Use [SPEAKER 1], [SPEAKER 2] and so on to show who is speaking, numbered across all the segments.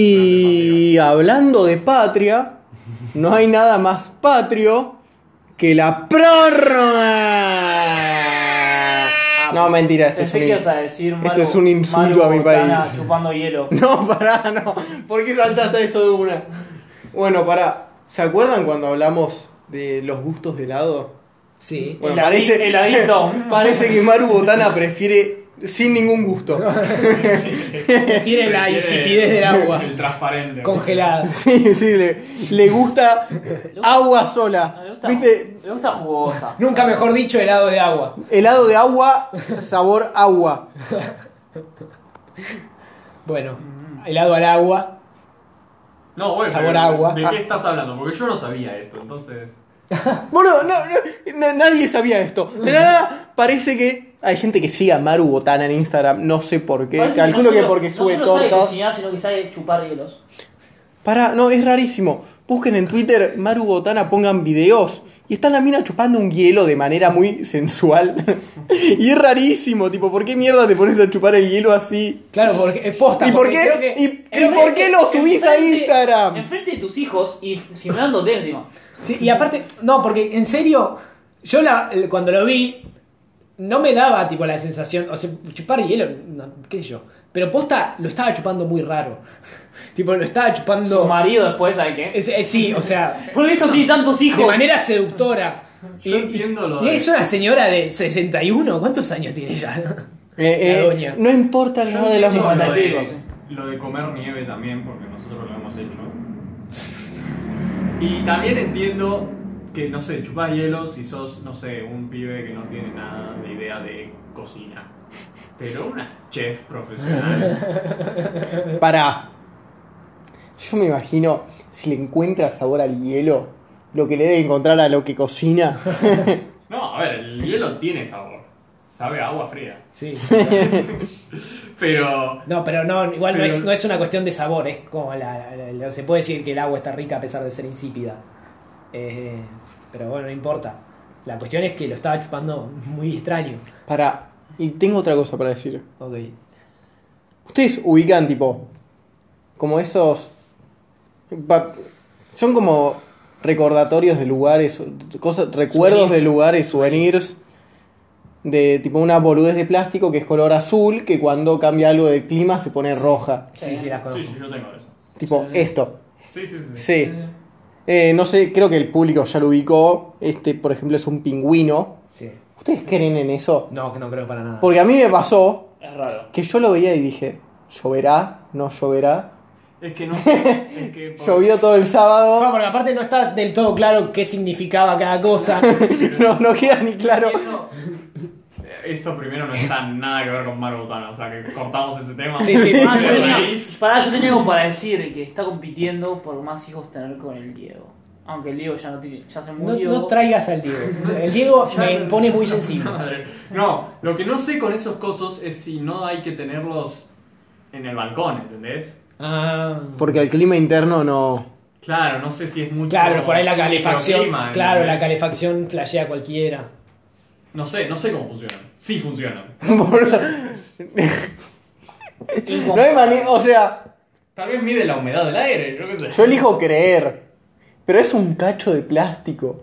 [SPEAKER 1] Y hablando de patria, no hay nada más patrio que la prórroga. No, mentira, esto Este es
[SPEAKER 2] Ah,
[SPEAKER 1] un-
[SPEAKER 2] Pensé que ibas a decir Marco-
[SPEAKER 1] esto es un insulto
[SPEAKER 2] Marco
[SPEAKER 1] a mi
[SPEAKER 2] Fontana
[SPEAKER 1] país.
[SPEAKER 2] chupando hielo.
[SPEAKER 1] No, pará, no. ¿Por qué saltaste eso de una? Bueno, pará. ¿Se acuerdan cuando hablamos de los gustos de helado?
[SPEAKER 3] Sí.
[SPEAKER 1] Bueno,
[SPEAKER 2] Heladi-
[SPEAKER 1] parece-
[SPEAKER 2] Heladito.
[SPEAKER 1] Parece que Maru Botana prefiere sin ningún gusto.
[SPEAKER 3] Prefiere la insipidez del agua
[SPEAKER 4] El transparente.
[SPEAKER 3] congelada.
[SPEAKER 1] Sí, sí, le, le gusta agua sola.
[SPEAKER 2] Me gusta,
[SPEAKER 1] ¿Viste?
[SPEAKER 2] me gusta jugosa.
[SPEAKER 3] Nunca mejor dicho, helado de agua.
[SPEAKER 1] Helado de agua, sabor agua.
[SPEAKER 3] Bueno, helado al agua.
[SPEAKER 4] No, bueno.
[SPEAKER 3] Sabor
[SPEAKER 4] pero,
[SPEAKER 3] agua.
[SPEAKER 4] ¿De
[SPEAKER 1] Ah.
[SPEAKER 4] qué estás hablando? Porque yo no sabía esto, entonces.
[SPEAKER 1] Boludo, no, no, na- nadie sabía esto. De la nada, parece que hay gente que sigue a Maru Botana en Instagram. No sé por qué.
[SPEAKER 2] Parece que
[SPEAKER 1] Calculo
[SPEAKER 2] no
[SPEAKER 1] que
[SPEAKER 2] solo-
[SPEAKER 1] porque sube
[SPEAKER 2] no solo sabe
[SPEAKER 1] tortas.
[SPEAKER 2] cocinar, sino que ¿eh? sabe chupar hielos.
[SPEAKER 1] Pará, no, es rarísimo. Busquen en Twitter Maru Botana, pongan videos. Y está la mina chupando un hielo de manera muy sensual. y es rarísimo, tipo, ¿por qué mierda te pones a chupar el hielo así?
[SPEAKER 3] Claro, porque es posta.
[SPEAKER 1] ¿Y por
[SPEAKER 3] porque
[SPEAKER 1] qué,
[SPEAKER 3] creo que-
[SPEAKER 1] y, y
[SPEAKER 2] Enfrente-
[SPEAKER 1] por qué lo subís a
[SPEAKER 2] enfrente-
[SPEAKER 1] Instagram?
[SPEAKER 2] Enfrente de tus hijos y simulándote encima.
[SPEAKER 3] Sí, y aparte, no, porque en serio, yo la, cuando lo vi, no me daba tipo la sensación, o sea, chupar hielo, no, qué sé yo. Pero posta lo estaba chupando muy raro. tipo, lo estaba
[SPEAKER 2] Su
[SPEAKER 3] chupando.
[SPEAKER 2] marido después, ¿sabe qué?
[SPEAKER 3] Es- es- sí, o sea,
[SPEAKER 2] Por eso tiene tantos hijos.
[SPEAKER 3] de manera seductora.
[SPEAKER 4] Yo entiendo lo
[SPEAKER 3] y
[SPEAKER 4] de-
[SPEAKER 3] es una señora de 61, ¿cuántos años tiene ya?
[SPEAKER 1] Eh, eh,
[SPEAKER 3] La doña.
[SPEAKER 1] no importa el lado de la
[SPEAKER 4] Yo
[SPEAKER 1] mujer.
[SPEAKER 2] mujeres.
[SPEAKER 4] lo de-
[SPEAKER 2] Chicos.
[SPEAKER 4] Lo de comer nieve también, porque nosotros lo hemos hecho. Y también entiendo que, no sé, chupás hielo si sos, no sé, un pibe que no tiene nada de idea de cocina. Pero una chef profesional.
[SPEAKER 1] Pará. Yo me imagino, si le encuentra sabor al hielo, lo que le debe encontrar a lo que cocina.
[SPEAKER 4] No, a ver, el hielo tiene sabor. Sabe a agua fría.
[SPEAKER 3] Sí.
[SPEAKER 4] Pero
[SPEAKER 3] No, pero no, igual no,
[SPEAKER 4] Pero-
[SPEAKER 3] es, no es una cuestión de sabor, es como la, la- la- Se puede decir que el agua está rica a pesar de ser insípida. Eh, pero bueno, no importa. La cuestión es que lo estaba chupando muy extraño.
[SPEAKER 1] Pará. Y tengo otra cosa para decir.
[SPEAKER 3] Ok.
[SPEAKER 1] Ustedes ubican tipo. Como esos. pa- son como recordatorios de lugares. Cosas, recuerdos
[SPEAKER 3] Souvenirs.
[SPEAKER 1] de lugares, souvenirs. De tipo una boludez de plástico que es color azul. Que cuando cambia algo del clima se pone roja.
[SPEAKER 3] Sí, sí, las
[SPEAKER 4] sí,
[SPEAKER 3] conozco.
[SPEAKER 4] yo, yo tengo eso.
[SPEAKER 1] Tipo esto.
[SPEAKER 4] Sí, sí, sí.
[SPEAKER 1] Sí. Eh, no sé, creo que el público ya lo ubicó. Este, por ejemplo, es un pingüino.
[SPEAKER 3] Sí.
[SPEAKER 1] ¿Ustedes creen en eso?
[SPEAKER 3] No, que no creo para nada.
[SPEAKER 1] Porque a mí me pasó
[SPEAKER 2] Es raro.
[SPEAKER 1] que yo lo veía y dije: ¿lloverá? ¿No lloverá?
[SPEAKER 4] Es que no sé. Es que por-
[SPEAKER 1] Llovió todo el sábado.
[SPEAKER 3] No, porque aparte no está del todo claro qué significaba cada cosa.
[SPEAKER 1] No, no queda ni claro.
[SPEAKER 4] Eh, Esto primero no está nada que ver con Margotana, o sea que cortamos ese tema.
[SPEAKER 3] Sí, sí,
[SPEAKER 2] Ah,
[SPEAKER 3] sí,
[SPEAKER 2] yo
[SPEAKER 4] De
[SPEAKER 2] tenía-
[SPEAKER 4] raíz.
[SPEAKER 2] pará, yo tenía algo para decir que está compitiendo por más hijos tener con el Diego. Aunque el Diego ya no tiene, ya se
[SPEAKER 3] No,
[SPEAKER 2] murió.
[SPEAKER 3] no traigas al Diego. El Diego me pone muy sensible.
[SPEAKER 4] Madre. No, lo que no sé con esos cosos es si no hay que tenerlos en el balcón, ¿entendés?
[SPEAKER 3] Ah.
[SPEAKER 1] Porque el clima interno no.
[SPEAKER 4] Claro, no sé si es mucho.
[SPEAKER 3] Claro, por ahí la calefacción.
[SPEAKER 4] microclima,
[SPEAKER 3] Claro, la
[SPEAKER 4] ¿entendés?
[SPEAKER 3] calefacción flashea a cualquiera.
[SPEAKER 4] No sé, no sé cómo funcionan. Sí funcionan.
[SPEAKER 2] Incom-
[SPEAKER 1] No hay manera. O sea,
[SPEAKER 4] Tal vez mide la humedad del aire, yo qué sé.
[SPEAKER 1] yo elijo creer. Pero es un cacho de plástico.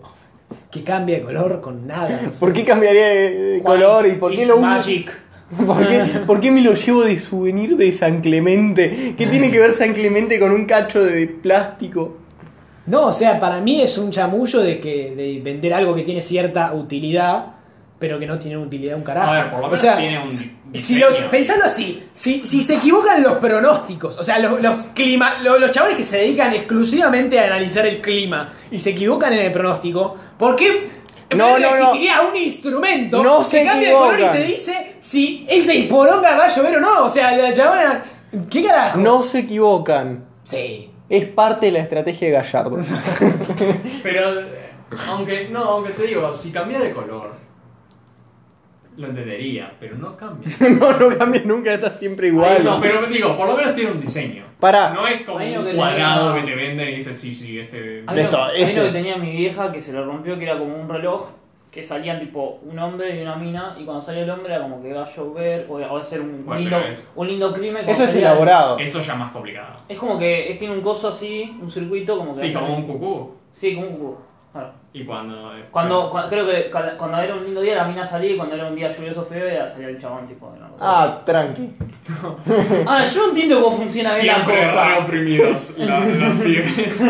[SPEAKER 3] Que cambia de color con nada. no sé.
[SPEAKER 1] ¿Por qué cambiaría de, de color? ¿Y por qué
[SPEAKER 2] Is
[SPEAKER 1] lo uso?
[SPEAKER 2] Magic.
[SPEAKER 1] ¿Por qué, por qué me lo llevo de souvenir de San Clemente? ¿Qué tiene que ver San Clemente con un cacho de plástico?
[SPEAKER 3] No, o sea, para mí es un chamullo de que de vender algo que tiene cierta utilidad, pero que no tiene utilidad un carajo.
[SPEAKER 4] A ver, por lo
[SPEAKER 3] o
[SPEAKER 4] menos
[SPEAKER 3] sea,
[SPEAKER 4] tiene un
[SPEAKER 3] si- si
[SPEAKER 4] diseño.
[SPEAKER 3] los, pensando así, si, si se equivocan los pronósticos, o sea, los, los clima, lo- los, chavales que se dedican exclusivamente a analizar el clima y se equivocan en el pronóstico, ¿por qué? en
[SPEAKER 1] No,
[SPEAKER 3] vez de
[SPEAKER 1] no, no.
[SPEAKER 3] exigiría un instrumento
[SPEAKER 1] No
[SPEAKER 3] que
[SPEAKER 1] se
[SPEAKER 3] cambie de color y
[SPEAKER 1] equivocan.
[SPEAKER 3] te dice si ese poronga va a llover o no. O sea, la chavana. ¿Qué carajo?
[SPEAKER 1] No se equivocan.
[SPEAKER 3] Sí.
[SPEAKER 1] Es parte de la estrategia de Gallardo.
[SPEAKER 4] Pero, eh, aunque, no, aunque te digo, si cambiara de color, lo entendería, pero no cambia.
[SPEAKER 1] No, no cambia nunca, está siempre igual. Ah.
[SPEAKER 4] No, pero digo, por lo menos tiene un diseño.
[SPEAKER 1] Pará.
[SPEAKER 4] No es como
[SPEAKER 2] Hay algo
[SPEAKER 4] un
[SPEAKER 2] que
[SPEAKER 4] cuadrado
[SPEAKER 2] tenía-
[SPEAKER 4] que te venden y dices, sí, sí, este.
[SPEAKER 2] Hay lo-
[SPEAKER 1] Esto,
[SPEAKER 2] hay lo
[SPEAKER 1] ese.
[SPEAKER 2] que tenía mi vieja que se le rompió que era como un reloj. que que salían tipo un hombre y una mina, y cuando salía el hombre era como que va a llover, o, o va a ser un,
[SPEAKER 4] Bueno,
[SPEAKER 2] lindo,
[SPEAKER 4] pero es-
[SPEAKER 2] un lindo crimen. cuando
[SPEAKER 1] Eso es
[SPEAKER 2] salía-
[SPEAKER 1] elaborado.
[SPEAKER 4] Eso ya más complicado.
[SPEAKER 2] Es como que es- tiene un coso así, un circuito como que...
[SPEAKER 4] Sí,
[SPEAKER 2] va a
[SPEAKER 4] como
[SPEAKER 2] salir-
[SPEAKER 4] un cucú.
[SPEAKER 2] Sí, como un cubo. Claro.
[SPEAKER 4] Y cuando. eh,
[SPEAKER 2] Cuando, cua- creo que cua- cuando era un lindo día la mina salía y cuando era un día lluvioso feo era salía el chabón tipo de una cosa.
[SPEAKER 1] Ah, tranqui.
[SPEAKER 2] Ahora, yo no entiendo cómo funciona bien la
[SPEAKER 4] Siempre
[SPEAKER 2] cosa.
[SPEAKER 4] reoprimidos la- los pibes.
[SPEAKER 2] Se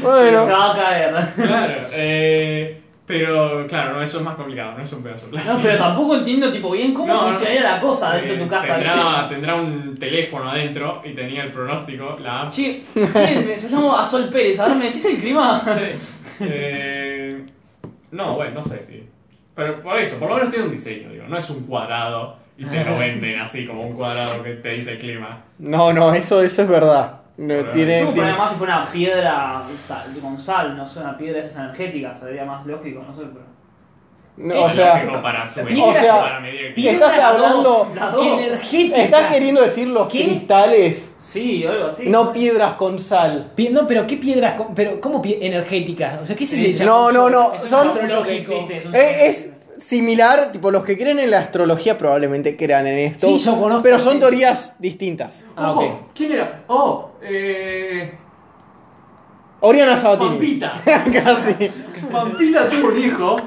[SPEAKER 1] Bueno,
[SPEAKER 2] va a caer.
[SPEAKER 4] Claro. eh, pero claro, no, eso es más complicado, no es un pedazo de plástico.
[SPEAKER 2] No, pero tampoco entiendo tipo bien cómo
[SPEAKER 4] No, no.
[SPEAKER 2] funcionaría la cosa dentro de
[SPEAKER 4] Eh,
[SPEAKER 2] tu casa.
[SPEAKER 4] Tendrá, tendrá un teléfono adentro y tenía el pronóstico, la app.
[SPEAKER 2] Che, che, me- yo llamo a Sol Pérez, ahora me decís el clima.
[SPEAKER 4] Eh, no, bueno, no sé si. pero por eso, por lo menos tiene un diseño, digo. No es un cuadrado y te lo venden así como un cuadrado que te dice el clima.
[SPEAKER 1] no, no, eso, eso es verdad. No,
[SPEAKER 4] Pero
[SPEAKER 1] tiene,
[SPEAKER 2] Yo
[SPEAKER 1] tiene-
[SPEAKER 2] ponía más si fuera una piedra sal- con sal, no sé, una piedra de esas energéticas, sería más lógico, no sé, pero.
[SPEAKER 1] no, o
[SPEAKER 4] Eso
[SPEAKER 1] sea,
[SPEAKER 4] que comparar su
[SPEAKER 1] piedras-
[SPEAKER 4] velocidad
[SPEAKER 1] o sea,
[SPEAKER 4] para medir el
[SPEAKER 1] y
[SPEAKER 4] clima.
[SPEAKER 1] estás
[SPEAKER 2] Las dos,
[SPEAKER 1] hablando.
[SPEAKER 2] las dos.
[SPEAKER 5] Energéticas.
[SPEAKER 1] ¿Estás queriendo decir los
[SPEAKER 5] ¿Qué?
[SPEAKER 1] cristales?
[SPEAKER 2] Sí, o algo así.
[SPEAKER 1] No piedras con sal.
[SPEAKER 5] Pie- No, pero ¿qué piedras? co- Pero, ¿Cómo pie- energéticas? O sea, ¿qué es ese
[SPEAKER 1] No, no, no.
[SPEAKER 5] Es un
[SPEAKER 1] Son,
[SPEAKER 5] astro-
[SPEAKER 2] Lo que
[SPEAKER 5] lógico.
[SPEAKER 2] existe, es un-
[SPEAKER 1] Eh, Es, similar, tipo, los que creen en la astrología probablemente crean en esto.
[SPEAKER 5] Sí, yo conozco
[SPEAKER 1] Pero son
[SPEAKER 5] gente.
[SPEAKER 1] teorías distintas.
[SPEAKER 5] Ah,
[SPEAKER 4] Ojo,
[SPEAKER 5] ok.
[SPEAKER 4] ¿quién era? Oh, eh.
[SPEAKER 1] Oriana Sabatini.
[SPEAKER 4] Pampita.
[SPEAKER 1] Casi.
[SPEAKER 4] Pampita tuvo un hijo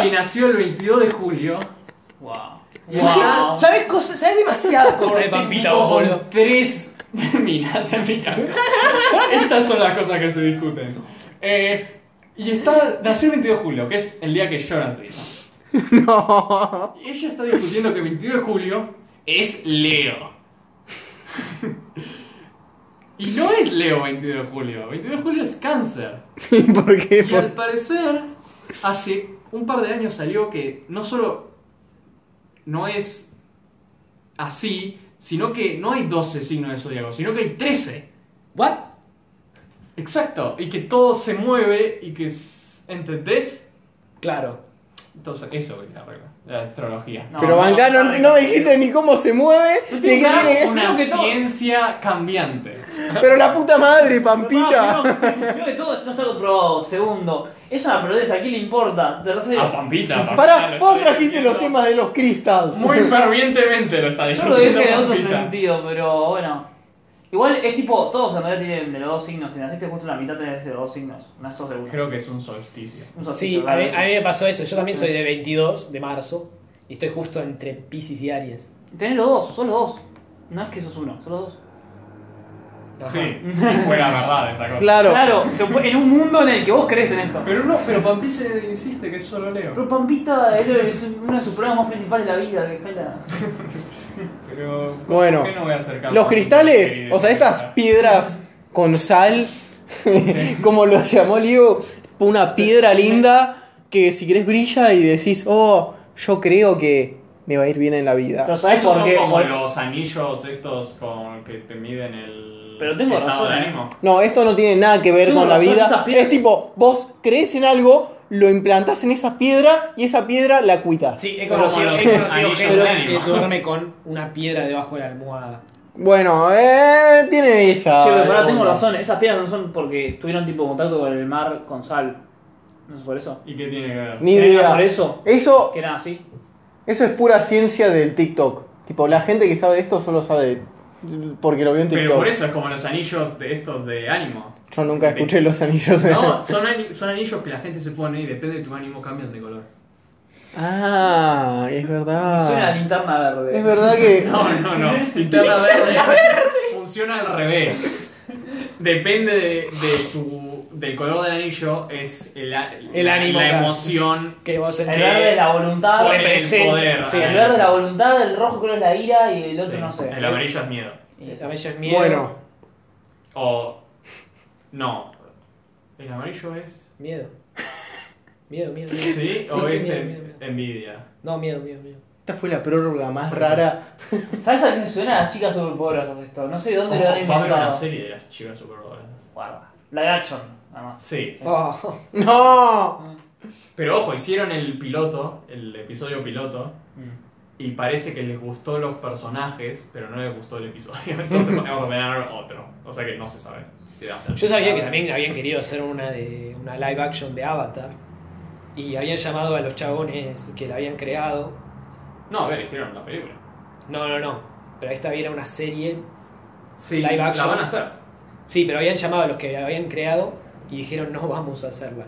[SPEAKER 4] que nació el 22 de julio.
[SPEAKER 2] Wow.
[SPEAKER 5] Wow.
[SPEAKER 2] Wow.
[SPEAKER 5] ¿Sabes cosas? ¿Sabes demasiadas cosas de Pampita, vos, boludo?
[SPEAKER 4] Con tres minas en mi casa. Estas son las cosas que se discuten. Eh, y está, nació el 22 de julio, que es el día que yo nací. No. Y ella está discutiendo que el 22 de julio es Leo. Y no es Leo 22 de julio, 22 de julio es cáncer.
[SPEAKER 1] ¿Por qué?
[SPEAKER 4] Y al
[SPEAKER 1] Por-
[SPEAKER 4] parecer, hace un par de años salió que no solo no es así, sino que no hay 12 signos de zodiaco, sino que hay 13.
[SPEAKER 5] ¿What?
[SPEAKER 4] Exacto, y que todo se mueve y que. s- ¿Entendés?
[SPEAKER 5] Claro.
[SPEAKER 4] Entonces, eso es la regla, la astrología.
[SPEAKER 2] No,
[SPEAKER 1] Pero Bancá, no,
[SPEAKER 2] sabe.
[SPEAKER 1] no me dijiste ni cómo se mueve,
[SPEAKER 2] No
[SPEAKER 1] ni
[SPEAKER 2] tiene
[SPEAKER 1] qué
[SPEAKER 2] nada,
[SPEAKER 1] tiene-
[SPEAKER 4] Es una
[SPEAKER 2] Creo que todo-
[SPEAKER 4] ciencia cambiante.
[SPEAKER 1] Pero la puta madre,
[SPEAKER 2] No,
[SPEAKER 1] Pampita.
[SPEAKER 2] no, Creo que todo no está comprobado. Segundo, es una peloteza, ¿a quién le importa?
[SPEAKER 4] A
[SPEAKER 2] Tercero,
[SPEAKER 4] Pampita, Pampita lo
[SPEAKER 1] Pará, vos
[SPEAKER 4] está
[SPEAKER 1] trajiste
[SPEAKER 4] diciendo.
[SPEAKER 1] los temas de los cristales.
[SPEAKER 4] Muy fervientemente lo está
[SPEAKER 2] yo
[SPEAKER 4] diciendo.
[SPEAKER 2] lo dije en otro
[SPEAKER 4] Pampita.
[SPEAKER 2] sentido, pero bueno. Igual es tipo, todos en realidad tienen de los dos signos. Si naciste justo en la mitad tenés de los dos signos. No sos de uno.
[SPEAKER 4] Creo que es un solsticio.
[SPEAKER 2] Un sos
[SPEAKER 5] Sí,
[SPEAKER 2] signo,
[SPEAKER 5] a mí,
[SPEAKER 2] claro,
[SPEAKER 5] a mí me pasó eso. Yo también soy de 22 de marzo y estoy justo entre Pisces y Aries.
[SPEAKER 2] eso. Tenés los dos, son los dos. No es que sos uno, son los dos.
[SPEAKER 5] Ajá.
[SPEAKER 4] Sí, si fuera verdad esa cosa.
[SPEAKER 1] Claro.
[SPEAKER 2] Claro, se fue- en un mundo en el que vos crees en esto.
[SPEAKER 4] Pero no, pero Pampi se insiste que es solo Leo.
[SPEAKER 2] Pero Pampita es, es uno de sus problemas más principales de la vida. Que jala.
[SPEAKER 4] Pero ¿por
[SPEAKER 1] Bueno,
[SPEAKER 4] qué no voy a hacer caso?
[SPEAKER 1] Los cristales,
[SPEAKER 4] Sí,
[SPEAKER 1] o sea, estas piedras con sal, como lo llamó Liu, una piedra linda que si querés brilla y decís, oh, yo creo que me va a ir bien en la
[SPEAKER 2] Pero
[SPEAKER 1] vida.
[SPEAKER 2] sabés
[SPEAKER 4] Esos
[SPEAKER 2] por
[SPEAKER 4] son
[SPEAKER 2] qué.
[SPEAKER 4] como
[SPEAKER 2] Por-
[SPEAKER 4] los anillos estos con que te miden el
[SPEAKER 2] Pero tengo
[SPEAKER 4] estado
[SPEAKER 2] razón,
[SPEAKER 4] de
[SPEAKER 2] ¿eh?
[SPEAKER 4] ánimo.
[SPEAKER 1] No, esto no tiene nada que ver
[SPEAKER 2] No,
[SPEAKER 1] con la
[SPEAKER 2] son
[SPEAKER 1] vida.
[SPEAKER 2] esas piedras.
[SPEAKER 1] Es tipo, vos crees en algo, lo implantás en esa piedra y esa piedra la cuitas.
[SPEAKER 5] Sí, he
[SPEAKER 4] Como
[SPEAKER 5] conocido,
[SPEAKER 4] los
[SPEAKER 5] he conocido
[SPEAKER 4] anillos de
[SPEAKER 5] gente que
[SPEAKER 4] ánimo.
[SPEAKER 5] duerme con una piedra debajo de la almohada.
[SPEAKER 1] Bueno, eh, tiene esa.
[SPEAKER 2] Che, pero pará, tengo
[SPEAKER 1] onda.
[SPEAKER 2] razón. Esas piedras no son porque tuvieron tipo contacto con el mar con sal. No es por eso.
[SPEAKER 4] ¿Y qué tiene que ver?
[SPEAKER 1] Ni
[SPEAKER 2] ¿Era
[SPEAKER 1] idea.
[SPEAKER 2] por eso?
[SPEAKER 1] Eso,
[SPEAKER 2] Que eran así.
[SPEAKER 1] eso es pura ciencia del TikTok. Tipo, la gente que sabe de esto solo sabe porque lo vio en TikTok.
[SPEAKER 4] Pero por eso es como los anillos de estos de ánimo.
[SPEAKER 1] Yo nunca escuché los anillos de.
[SPEAKER 4] No, son, ani- son anillos que la gente se pone y depende de tu ánimo cambian de color.
[SPEAKER 1] Ah, es
[SPEAKER 2] Suena la
[SPEAKER 1] verdad.
[SPEAKER 2] linterna verde.
[SPEAKER 1] Es verdad que.
[SPEAKER 4] No, no, no. Linterna verde funciona al revés. Depende de, de tu, del color del anillo, es el, a-
[SPEAKER 5] El ánimo,
[SPEAKER 4] la
[SPEAKER 5] claro.
[SPEAKER 4] emoción
[SPEAKER 5] Que vos
[SPEAKER 2] El verde es la voluntad.
[SPEAKER 4] o
[SPEAKER 5] Bueno,
[SPEAKER 4] el
[SPEAKER 5] representa.
[SPEAKER 4] poder.
[SPEAKER 5] Sí,
[SPEAKER 2] el verde es la voluntad, el rojo creo es la ira y el otro
[SPEAKER 4] Sí,
[SPEAKER 2] no sé.
[SPEAKER 4] El amarillo es miedo.
[SPEAKER 2] Y eso.
[SPEAKER 5] cabello es miedo.
[SPEAKER 1] Bueno,
[SPEAKER 4] O. No. El amarillo es.
[SPEAKER 5] Miedo. Miedo, miedo, miedo.
[SPEAKER 4] Sí, o
[SPEAKER 5] sí,
[SPEAKER 4] es
[SPEAKER 5] miedo,
[SPEAKER 4] en-
[SPEAKER 5] miedo, miedo.
[SPEAKER 4] envidia.
[SPEAKER 5] No, miedo, miedo, miedo.
[SPEAKER 1] esta fue la prórroga más rara.
[SPEAKER 2] ¿Sabes a qué me suena? A las chicas superpoderosas esto. No sé de dónde
[SPEAKER 4] Ojo,
[SPEAKER 2] lo han
[SPEAKER 4] va a haber una
[SPEAKER 2] inventado.
[SPEAKER 4] serie de las chicas superpoderosas.
[SPEAKER 2] Guarda. La de Action, nada más.
[SPEAKER 4] Sí.
[SPEAKER 5] Oh,
[SPEAKER 1] ¡No!
[SPEAKER 4] Pero ojo, hicieron el piloto, el episodio piloto,
[SPEAKER 3] Mm.
[SPEAKER 4] y parece que les gustó los personajes, pero no les gustó el episodio. Entonces van a ordenar otro. O sea que no se sabe si va a ser.
[SPEAKER 5] yo sabía que también habían querido hacer una de una live action de Avatar.
[SPEAKER 3] y habían llamado a los chabones que la habían creado.
[SPEAKER 4] No, a ver, hicieron la película.
[SPEAKER 3] No, no, no. Pero esta había una serie.
[SPEAKER 4] Sí,
[SPEAKER 3] Live
[SPEAKER 4] la
[SPEAKER 3] action.
[SPEAKER 4] van a hacer.
[SPEAKER 3] Sí, pero habían llamado a los que la habían creado y dijeron no vamos a hacerla.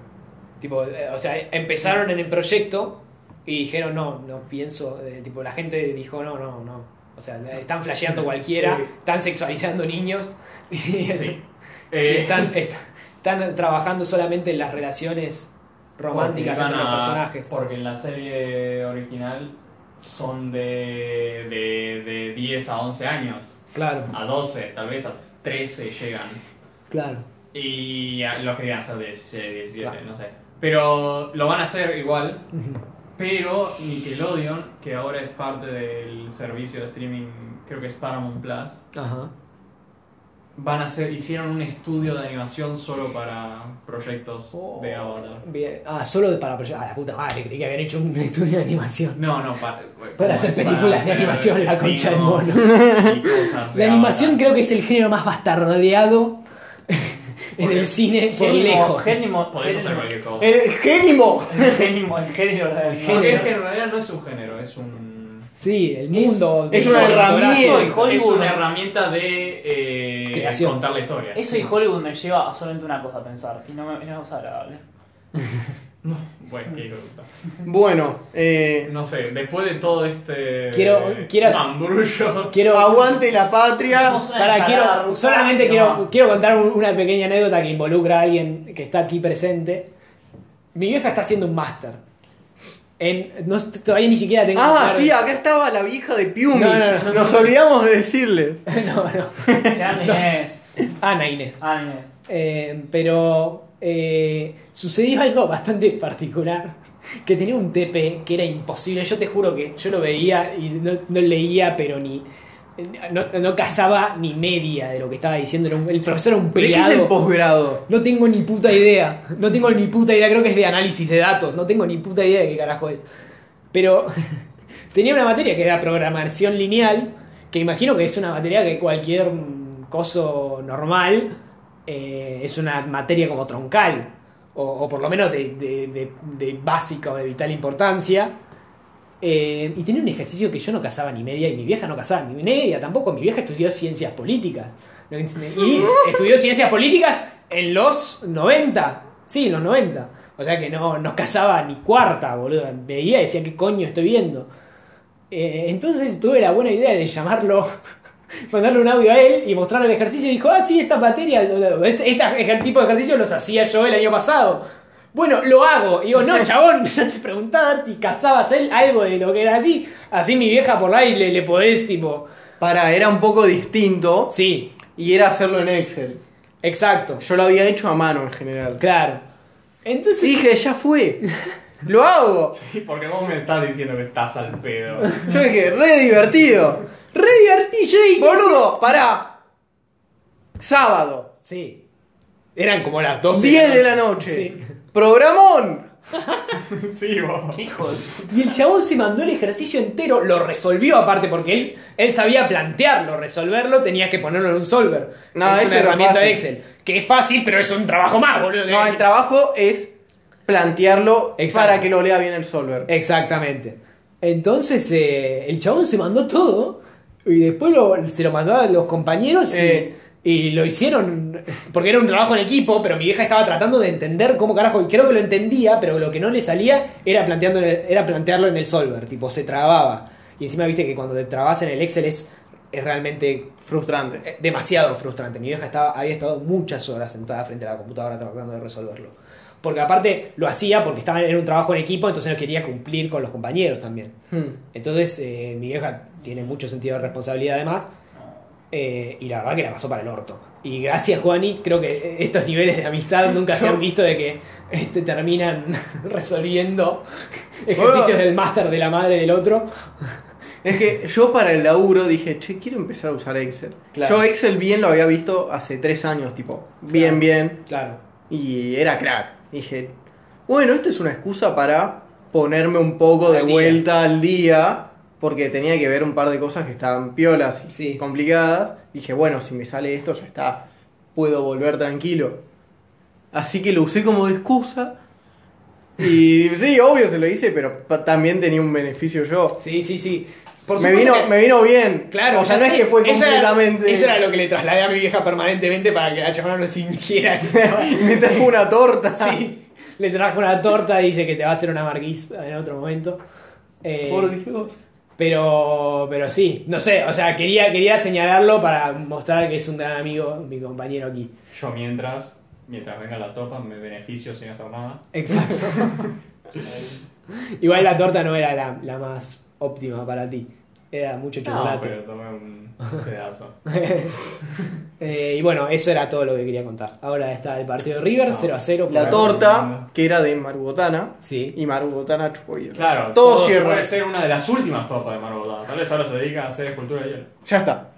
[SPEAKER 3] Tipo, eh, o sea, empezaron en el proyecto y dijeron no, no pienso. eh, tipo, la gente dijo no, no, no. O sea, están flasheando cualquiera, están sexualizando niños. Y
[SPEAKER 4] Sí.
[SPEAKER 3] Y
[SPEAKER 4] Eh,
[SPEAKER 3] están, est- están trabajando solamente en las relaciones románticas
[SPEAKER 4] porque
[SPEAKER 3] entre los
[SPEAKER 4] van a-
[SPEAKER 3] personajes.
[SPEAKER 4] Porque en la serie original son de, de, de 10 a 11 años,
[SPEAKER 3] Claro,
[SPEAKER 4] a 12, tal vez a 13 llegan.
[SPEAKER 3] claro.
[SPEAKER 4] Y a- lo querían hacer de 16, 17,
[SPEAKER 3] Claro.
[SPEAKER 4] no sé. Pero lo van a hacer igual. Pero Nickelodeon, que ahora es parte del servicio de streaming, creo que es Paramount Plus,
[SPEAKER 3] Ajá.
[SPEAKER 4] van a hacer, hicieron un estudio de animación solo para proyectos de Avatar.
[SPEAKER 3] Oh. Bien. Ah, solo para proyectos. Ah, la puta madre, creí que habían hecho un estudio de animación.
[SPEAKER 4] No, no, para,
[SPEAKER 3] Para hacer películas de animación, la concha del mono. La animación creo que es el género más bastardeado en
[SPEAKER 4] Porque
[SPEAKER 3] el cine por
[SPEAKER 2] Génimo-
[SPEAKER 3] lejos.
[SPEAKER 2] Génimo.
[SPEAKER 4] Podés hacer
[SPEAKER 2] génimo-
[SPEAKER 4] cualquier cosa.
[SPEAKER 1] ¡El génimo!
[SPEAKER 2] El génimo, el género. la
[SPEAKER 4] No,
[SPEAKER 2] animación.
[SPEAKER 4] Es que en realidad no es un género, es un.
[SPEAKER 3] Sí, el mundo.
[SPEAKER 1] es
[SPEAKER 3] de-
[SPEAKER 1] una
[SPEAKER 3] de-
[SPEAKER 1] herramienta.
[SPEAKER 2] Soy Hollywood.
[SPEAKER 4] Es una herramienta de eh,
[SPEAKER 3] Creación.
[SPEAKER 4] contar la historia.
[SPEAKER 2] Eso y Hollywood me lleva a solamente una cosa a pensar. Y no, me, no es agradable.
[SPEAKER 4] Bueno, qué bruta.
[SPEAKER 1] Bueno, eh,
[SPEAKER 4] No sé, después de todo este.
[SPEAKER 3] Quiero- quiero-
[SPEAKER 4] Mambrullo.
[SPEAKER 3] Quiero.
[SPEAKER 1] aguante la patria.
[SPEAKER 2] Somos una
[SPEAKER 3] Pará,
[SPEAKER 2] ensalada
[SPEAKER 3] quiero,
[SPEAKER 2] rusa,
[SPEAKER 3] solamente
[SPEAKER 2] no.
[SPEAKER 3] quiero, quiero contar un- una pequeña anécdota que involucra a alguien que está aquí presente. Mi vieja está haciendo un máster. En, no, todavía ni siquiera tengo
[SPEAKER 1] Ah,
[SPEAKER 3] claro-
[SPEAKER 1] sí, acá estaba la vieja de Piumi.
[SPEAKER 3] No, no, no.
[SPEAKER 1] Nos olvidamos de decirles.
[SPEAKER 3] No, no.
[SPEAKER 2] Grande Inés.
[SPEAKER 3] Ana Inés.
[SPEAKER 2] Ah, Inés.
[SPEAKER 3] Eh, pero eh, sucedió algo bastante particular. Que tenía un TP que era imposible. Yo te juro que yo lo veía y no, no leía, pero ni. No, no cazaba ni media de lo que estaba diciendo. Era un- El profesor era un
[SPEAKER 1] ¿De qué es
[SPEAKER 3] pelado.
[SPEAKER 1] el posgrado?
[SPEAKER 3] No tengo ni puta idea. No tengo ni puta idea. Creo que es de análisis de datos. No tengo ni puta idea de qué carajo es. Pero tenía una materia que era programación lineal. Que imagino que es una materia que cualquier mm, coso normal eh, es una materia como troncal. O, o por lo menos de, de- de- de básica o de vital importancia. Eh, y tenía un ejercicio que yo no casaba ni media y mi vieja no casaba ni media tampoco. Mi vieja estudió ciencias políticas. ¿no? Y estudió ciencias políticas en los 90. Sí, en los 90. O sea que no, no casaba ni cuarta, boludo. Veía y decía, ¿qué coño estoy viendo? Eh, entonces tuve la buena idea de llamarlo, mandarle un audio a él y mostrarle el ejercicio. Y dijo, ah, sí, esta materia, este, este tipo de ejercicios los hacía yo el año pasado. Bueno, lo hago. Y digo, no, chabón, ya te preguntaba a ver si cazabas él algo de lo que era así. Así mi vieja por ahí le, le podés, tipo.
[SPEAKER 1] Para, era un poco distinto
[SPEAKER 3] Sí,
[SPEAKER 1] y era hacerlo en Excel.
[SPEAKER 3] exacto.
[SPEAKER 1] Yo lo había hecho a mano en general.
[SPEAKER 3] Claro. Entonces.
[SPEAKER 1] Dije, ya fue. Lo hago.
[SPEAKER 4] Sí, porque vos me estás diciendo que estás al pedo.
[SPEAKER 1] Yo dije, re divertido.
[SPEAKER 3] ¡Re divertido! y-
[SPEAKER 1] Boludo, pará. Sábado,
[SPEAKER 3] Sí. Eran como las 12.
[SPEAKER 1] 10 de la noche.
[SPEAKER 3] Sí.
[SPEAKER 1] Programón.
[SPEAKER 4] sí, vos.
[SPEAKER 2] Qué hijo de.
[SPEAKER 3] Y el chabón se mandó el ejercicio entero, lo resolvió aparte, porque él, él sabía plantearlo, resolverlo, tenías que ponerlo en un solver.
[SPEAKER 1] No,
[SPEAKER 3] es
[SPEAKER 1] eso
[SPEAKER 3] una
[SPEAKER 1] era
[SPEAKER 3] herramienta de
[SPEAKER 1] fácil.
[SPEAKER 3] Excel. Que es fácil, pero es un trabajo más, boludo.
[SPEAKER 1] No, el trabajo es plantearlo
[SPEAKER 3] Eh. Exacto. Eh.
[SPEAKER 1] para que lo lea bien el solver.
[SPEAKER 3] Exactamente. Entonces eh, el chabón se mandó todo y después lo- se lo mandó a los compañeros y,
[SPEAKER 1] Eh.
[SPEAKER 3] y lo hicieron porque era un trabajo en equipo, pero mi vieja estaba tratando de entender cómo carajo, y creo que lo entendía, pero lo que no le salía era, planteando, en el- era plantearlo en el solver, tipo se trababa. Y encima viste que cuando te trabas en el Excel es, es realmente
[SPEAKER 1] Frustrante.
[SPEAKER 3] eh, demasiado frustrante. Mi vieja estaba, había estado muchas horas sentada frente a la computadora tratando de resolverlo. Porque aparte lo hacía porque estaba en un trabajo en equipo, entonces no quería cumplir con los compañeros también.
[SPEAKER 1] Hmm.
[SPEAKER 3] Entonces eh, mi vieja tiene mucho sentido de responsabilidad además. eh, y la verdad que la pasó para el orto. Y gracias, Juanit, creo que estos niveles de amistad nunca se han visto de que este, terminan resolviendo
[SPEAKER 1] Ah.
[SPEAKER 3] ejercicios del máster de la madre del otro.
[SPEAKER 1] Es que yo para el laburo dije, che, quiero empezar a usar Excel.
[SPEAKER 3] Claro.
[SPEAKER 1] Yo Excel bien lo había visto hace tres años, tipo, bien,
[SPEAKER 3] Claro.
[SPEAKER 1] bien.
[SPEAKER 3] Claro.
[SPEAKER 1] Y era crack. Dije, bueno, esto es una excusa para ponerme un poco de
[SPEAKER 3] Al día.
[SPEAKER 1] vuelta al día. Porque tenía que ver un par de cosas que estaban piolas y
[SPEAKER 3] Sí.
[SPEAKER 1] complicadas. Dije, bueno, si me sale esto ya está. Puedo volver tranquilo. Así que lo usé como de excusa. Y sí, obvio se lo hice, pero pa- también tenía un beneficio yo.
[SPEAKER 3] Sí, sí, sí. Por
[SPEAKER 1] Me
[SPEAKER 3] supuesto
[SPEAKER 1] vino,
[SPEAKER 3] que-
[SPEAKER 1] me vino bien.
[SPEAKER 3] Claro,
[SPEAKER 1] o sea,
[SPEAKER 3] ya
[SPEAKER 1] no es
[SPEAKER 3] sé.
[SPEAKER 1] que fue
[SPEAKER 3] Eso era-
[SPEAKER 1] completamente.
[SPEAKER 3] Eso era lo que le trasladé a mi vieja permanentemente para que la chabona no sintiera. que estaba-
[SPEAKER 1] Me trajo una torta.
[SPEAKER 3] sí. Le trajo una torta, dice que te va a hacer una marquisa en otro momento. Eh,
[SPEAKER 1] Por Dios.
[SPEAKER 3] pero, pero sí, no sé, o sea, quería, quería señalarlo para mostrar que es un gran amigo, mi compañero aquí.
[SPEAKER 4] Yo mientras, mientras venga la torta, me beneficio sin hacer nada.
[SPEAKER 3] Exacto. Igual la torta no era la, la más óptima para ti. Era mucho
[SPEAKER 4] No,
[SPEAKER 3] chocolate.
[SPEAKER 4] pero tomé un pedazo.
[SPEAKER 3] Eh, y bueno, eso era todo lo que quería contar. Ahora está el partido de River,
[SPEAKER 4] No.
[SPEAKER 3] 0 a 0.
[SPEAKER 1] La
[SPEAKER 4] Bueno,
[SPEAKER 1] torta,
[SPEAKER 4] bueno.
[SPEAKER 1] que era de Marubotana.
[SPEAKER 3] Sí.
[SPEAKER 1] Y Marubotana chupó hielo.
[SPEAKER 4] Claro,
[SPEAKER 1] Todo
[SPEAKER 4] todo
[SPEAKER 1] cierra.
[SPEAKER 4] puede ser una de las últimas tortas de Margot Tal vez ahora se dedica a hacer escultura de hielo.
[SPEAKER 1] Ya está.